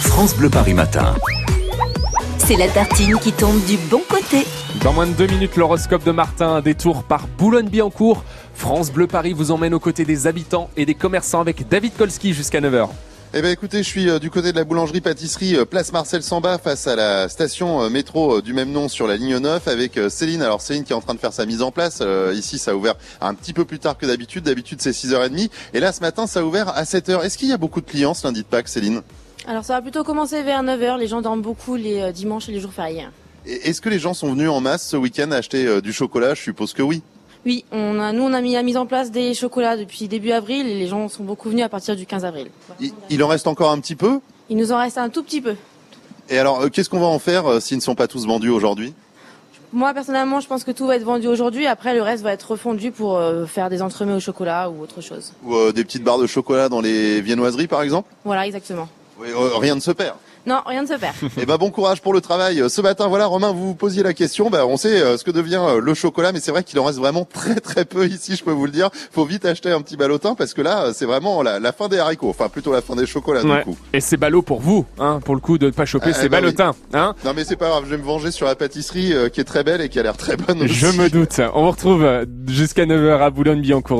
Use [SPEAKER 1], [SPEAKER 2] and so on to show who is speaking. [SPEAKER 1] France Bleu Paris Matin.
[SPEAKER 2] C'est la tartine qui tombe du bon côté.
[SPEAKER 3] Dans moins de deux minutes, l'horoscope de Martin, détour par Boulogne-Billancourt. France Bleu Paris vous emmène aux côtés des habitants et des commerçants avec David Kolski jusqu'à 9h.
[SPEAKER 4] Eh ben écoutez, je suis euh, du côté de la boulangerie-pâtisserie euh, Place Marcel Samba face à la station euh, métro euh, du même nom sur la ligne 9 avec euh, Céline. Alors Céline qui est en train de faire sa mise en place. Euh, ici, ça a ouvert un petit peu plus tard que d'habitude. D'habitude, c'est 6h30. Et là, ce matin, ça a ouvert à 7h. Est-ce qu'il y a beaucoup de clients ce lundi de Pâques, Céline
[SPEAKER 5] Alors ça va plutôt commencer vers 9h, les gens dorment beaucoup les euh, dimanches et les jours fériés.
[SPEAKER 4] Et Est-ce que les gens sont venus en masse ce week-end acheter euh, du chocolat Je suppose que oui.
[SPEAKER 5] Oui, on a, nous on a mis la mise en place des chocolats depuis début avril et les gens sont beaucoup venus à partir du 15 avril.
[SPEAKER 4] Il, il en reste encore un petit peu.
[SPEAKER 5] Il nous en reste un tout petit peu.
[SPEAKER 4] Et alors, euh, qu'est-ce qu'on va en faire euh, s'ils ne sont pas tous vendus aujourd'hui
[SPEAKER 5] Moi personnellement je pense que tout va être vendu aujourd'hui, après le reste va être refondu pour euh, faire des entremets au chocolat ou autre chose.
[SPEAKER 4] Ou euh, des petites barres de chocolat dans les viennoiseries, par exemple
[SPEAKER 5] Voilà exactement.
[SPEAKER 4] Oui, euh, Rien ne se perd.
[SPEAKER 5] Non, rien ne se perd.
[SPEAKER 4] Eh ben bon courage pour le travail. Euh, Ce matin, voilà, Romain, vous vous posiez la question. Bah, on sait euh, ce que devient euh, le chocolat, mais c'est vrai qu'il en reste vraiment très très peu ici. Je peux vous le dire. Faut vite acheter un petit ballotin parce que là, euh, c'est vraiment la, la fin des haricots. Enfin, plutôt la fin des chocolats
[SPEAKER 3] Ouais.
[SPEAKER 4] du coup.
[SPEAKER 3] Et c'est ballot pour vous, hein, pour le coup de ne pas choper
[SPEAKER 4] Ah,
[SPEAKER 3] ces
[SPEAKER 4] eh ben oui.
[SPEAKER 3] ballotins. Hein
[SPEAKER 4] Non mais c'est pas grave. Je vais me venger sur la pâtisserie euh, qui est très belle et qui a l'air très bonne.
[SPEAKER 3] Je
[SPEAKER 4] aussi.
[SPEAKER 3] me doute. On vous retrouve euh, jusqu'à 9h à Boulogne-Billancourt.